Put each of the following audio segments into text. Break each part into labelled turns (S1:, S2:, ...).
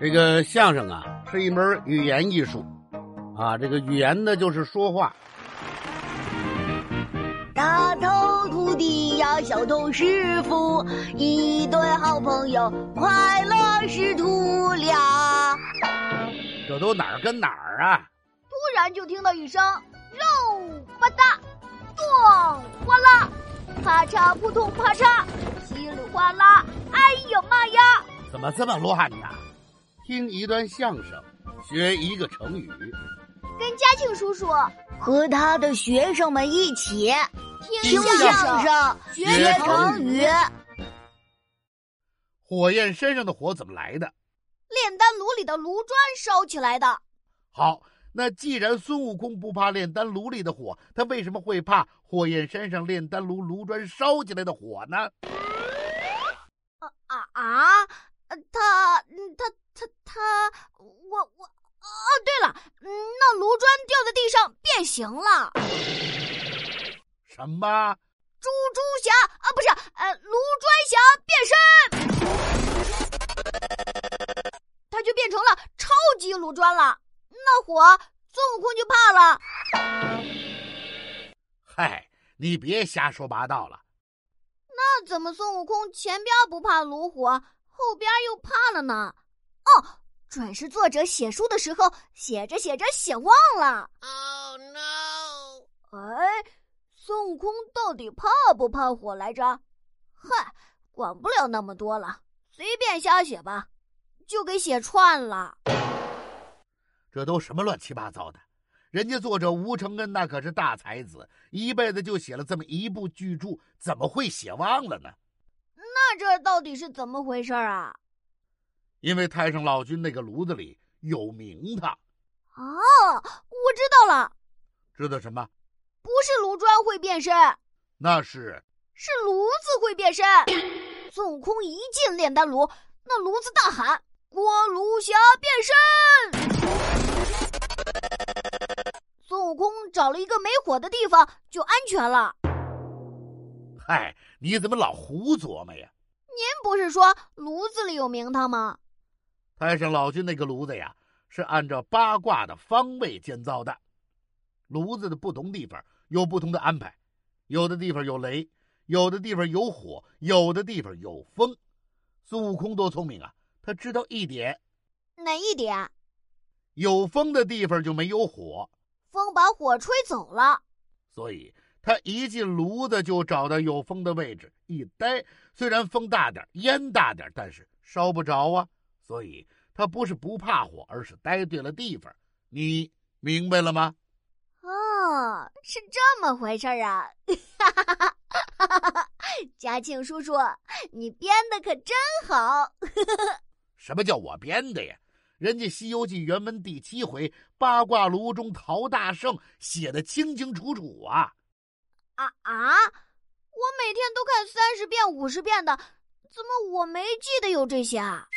S1: 这个相声啊，是一门语言艺术，啊，这个语言呢就是说话。
S2: 大头徒弟呀，小头师傅，一对好朋友，快乐师徒俩。
S1: 这都哪儿跟哪儿啊？
S2: 突然就听到一声肉吧嗒，咚哗啦，啪嚓扑通啪嚓，稀里哗啦，哎呦妈呀！
S1: 怎么这么乱呢？听一段相声，学一个成语，
S2: 跟嘉庆叔叔和他的学生们一起听
S1: 相
S2: 声、
S1: 学成语火焰身上的火怎么来的？
S2: 炼丹炉里的炉砖烧起来的。
S1: 好，那既然孙悟空不怕炼丹炉里的火，他为什么会怕火焰山上炼丹炉炉砖烧起来的火呢？
S2: 啊啊！呃他嗯他他他，我我哦，对了，嗯那炉砖掉在地上变形了。
S1: 什么？
S2: 猪猪侠啊，不是，呃，炉砖侠变身，他就变成了超级炉砖了。那火，孙悟空就怕了。
S1: 嗨，你别瞎说八道了。
S2: 那怎么孙悟空前边不怕炉火，后边又怕了呢？哦，准是作者写书的时候写着写着写忘了。
S3: Oh no!
S2: 哎，孙悟空到底怕不怕火来着？嗨，管不了那么多了，随便瞎写吧，就给写串了。
S1: 这都什么乱七八糟的？人家作者吴承恩那可是大才子，一辈子就写了这么一部巨著，怎么会写忘了呢？
S2: 那这到底是怎么回事儿啊？
S1: 因为太上老君那个炉子里有名堂，
S2: 哦，我知道了，
S1: 知道什么？
S2: 不是炉砖会变身，
S1: 那是
S2: 是炉子会变身。孙悟空一进炼丹炉，那炉子大喊：“锅炉侠变身！”孙悟空找了一个没火的地方就安全了。
S1: 嗨，你怎么老胡琢磨呀？
S2: 您不是说炉子里有名堂吗？
S1: 太上老君那个炉子呀，是按照八卦的方位建造的，炉子的不同地方有不同的安排，有的地方有雷，有的地方有火，有的地方有风。孙悟空多聪明啊，他知道一点，
S2: 哪一点？
S1: 有风的地方就没有火，
S2: 风把火吹走了。
S1: 所以他一进炉子就找到有风的位置一待，虽然风大点儿，烟大点儿，但是烧不着啊。所以他不是不怕火，而是待对了地方。你明白了吗？
S2: 哦，是这么回事儿啊！ 哈哈哈！嘉庆叔叔，你编的可真好。
S1: 什么叫我编的呀？人家《西游记》原文第七回八卦炉中陶大圣写的清清楚楚啊。
S2: 啊啊！我每天都看三十遍、五十遍的，怎么我没记得有这些啊？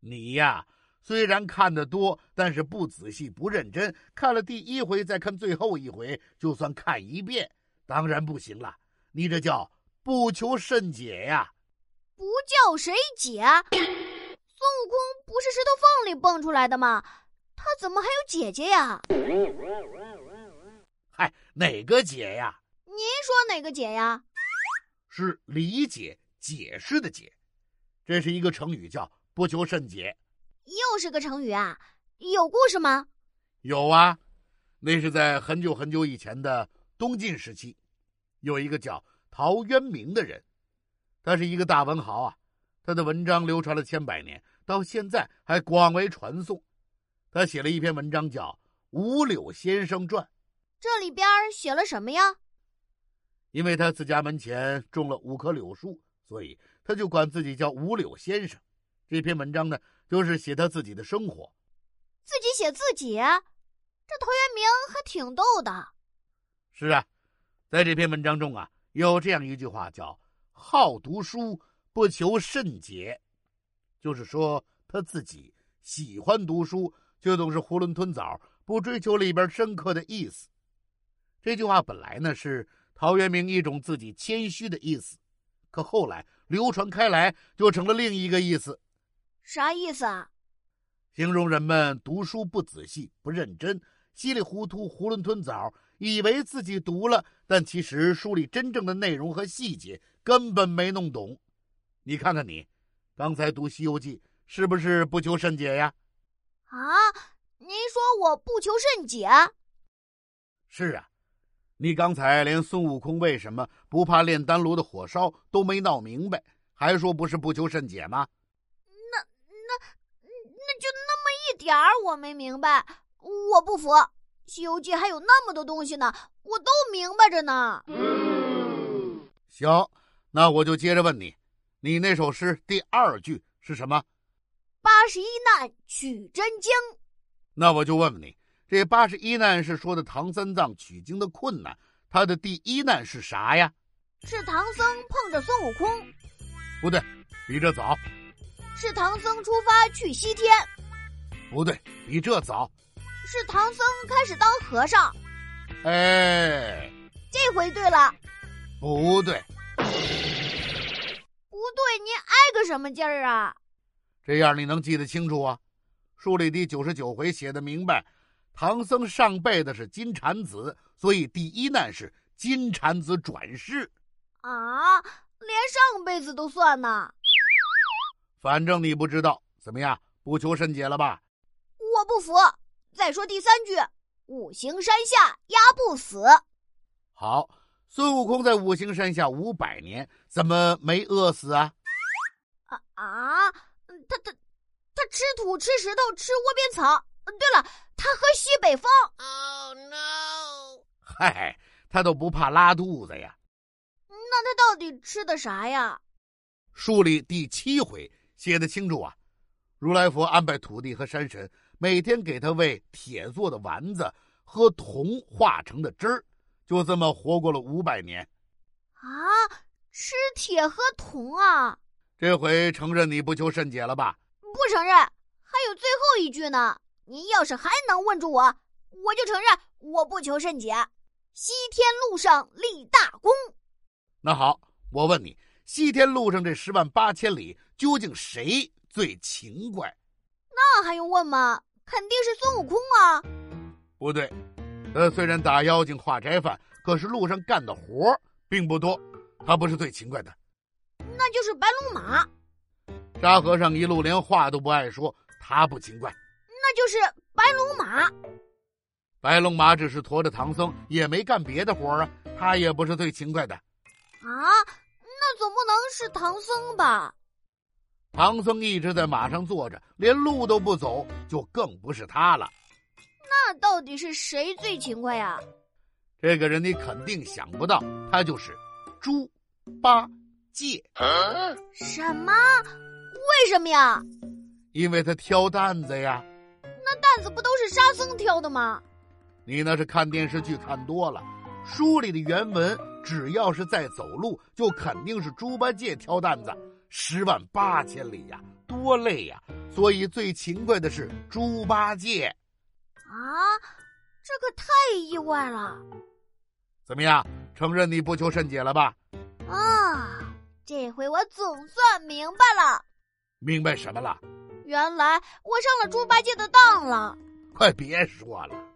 S1: 你呀，虽然看得多，但是不仔细、不认真，看了第一回再看最后一回，就算看一遍，当然不行了。你这叫不求甚解呀！
S2: 不叫谁解？啊 孙悟空不是石头缝里蹦出来的吗？他怎么还有姐姐呀？您
S1: 嗨，哪个解呀？
S2: 说哪个姐呀？
S1: 是理解、解释的解，这是一个成语，叫不求甚解。
S2: 又是个成语啊？有故事吗？
S1: 有啊，那是在很久很久以前的东晋时期，有一个叫陶渊明的人，他是一个大文豪啊，他的文章流传了千百年，到现在还广为传颂。他写了一篇文章叫《五柳先生传》，
S2: 这里边儿写了什么呀？
S1: 因为他自家门前种了五棵柳树，所以他就管自己叫五柳先生。这篇文章呢，就是写他自己的生活。
S2: 自己写自己，这陶渊明还挺逗的。
S1: 是啊，在这篇文章中啊，有这样一句话叫“好读书，不求甚解”，就是说他自己喜欢读书，却总是囫囵吞枣，不追求里边深刻的意思。这句话本来呢是陶渊明一种自己谦虚的意思，可后来流传开来，就成了另一个意思，
S2: 啥意思啊？
S1: 形容人们读书不仔细、不认真，稀里糊涂、囫囵吞枣，以为自己读了，但其实书里真正的内容和细节根本没弄懂。你看看你，刚才读《西游记》，是不是不求甚解呀？
S2: 啊，您说我不求甚解？嗯
S1: 是啊，你刚才连孙悟空为什么不怕炼丹炉的火烧都没闹明白，还说不是不求甚解吗？
S2: 那就那么一点儿，我没明白，我不服。《西游记》还有那么多东西呢，我都明白着呢。
S1: 行，那我就接着问你，你那首诗第二句是什么？
S2: 八十一难取真经，
S1: 那我就问问你，这八十一难是说的唐三藏取经的困难，他的第一难是啥呀？
S2: 是唐僧碰着孙悟空，
S1: 不对，比这早，
S2: 是唐僧出发去西天，
S1: 不对，比这早。
S2: 是唐僧开始当和尚。
S1: 哎，
S2: 这回对了，
S1: 不对，
S2: 不对，您挨个什么劲儿啊？
S1: 这样你能记得清楚啊？书里第九十九回写的明白，唐僧上辈子是金蝉子，所以第一难是金蝉子转世。
S2: 啊，连上辈子都算呢？
S1: 反正你不知道，怎么样？不求甚解了吧？
S2: 我不服。再说第三句，五行山下压不死。
S1: 好，孙悟空在五行山下五百年，怎么没饿死啊？
S2: 啊啊！嗯他他他吃土吃石头吃窝边草。嗯对了，他喝西北风。
S3: Oh no!
S1: 嗨，他都不怕拉肚子呀。
S2: 那他到底吃的啥呀？
S1: 书里第七回写的清楚啊，如来佛安排土地和山神每天给他喂铁做的丸子，喝铜化成的汁儿，就这么活过了五百年。
S2: 啊，吃铁喝铜啊！
S1: 这回承认你不求甚解了吧？
S2: 不承认。还有最后一句呢。您要是还能问住我，我就承认我不求甚解。西天路上立大功，
S1: 那好，我问你，西天路上这十万八千里，究竟谁最勤快？
S2: 那还用问吗？肯定是孙悟空啊！
S1: 不对，他虽然打妖精化斋饭，可是路上干的活儿并不多，他不是最勤快的。
S2: 那就是白龙马，
S1: 沙和尚一路连话都不爱说，他不勤快。
S2: 那就是白龙马。
S1: 白龙马只是驮着唐僧，也没干别的活儿啊，他也不是最勤快的。
S2: 啊，那总不能是唐僧吧？
S1: 唐僧一直在马上坐着，连路都不走，就更不是他了。
S2: 那到底是谁最勤快呀、
S1: 这个人你肯定想不到，他就是猪八戒，
S2: 什么？为什么呀？
S1: 因为他挑担子呀。
S2: 那担子不都是沙僧挑的吗？
S1: 你那是看电视剧看多了，书里的原文只要是在走路，就肯定是猪八戒挑担子，十万八千里呀，多累呀！所以最勤快的是猪八戒。
S2: 啊，这可太意外了
S1: 怎么样，承认你不求甚解了吧？
S2: 啊！这回我总算明白了，
S1: 明白什么了？
S2: 原来我上了猪八戒的当了。
S1: 快别说了。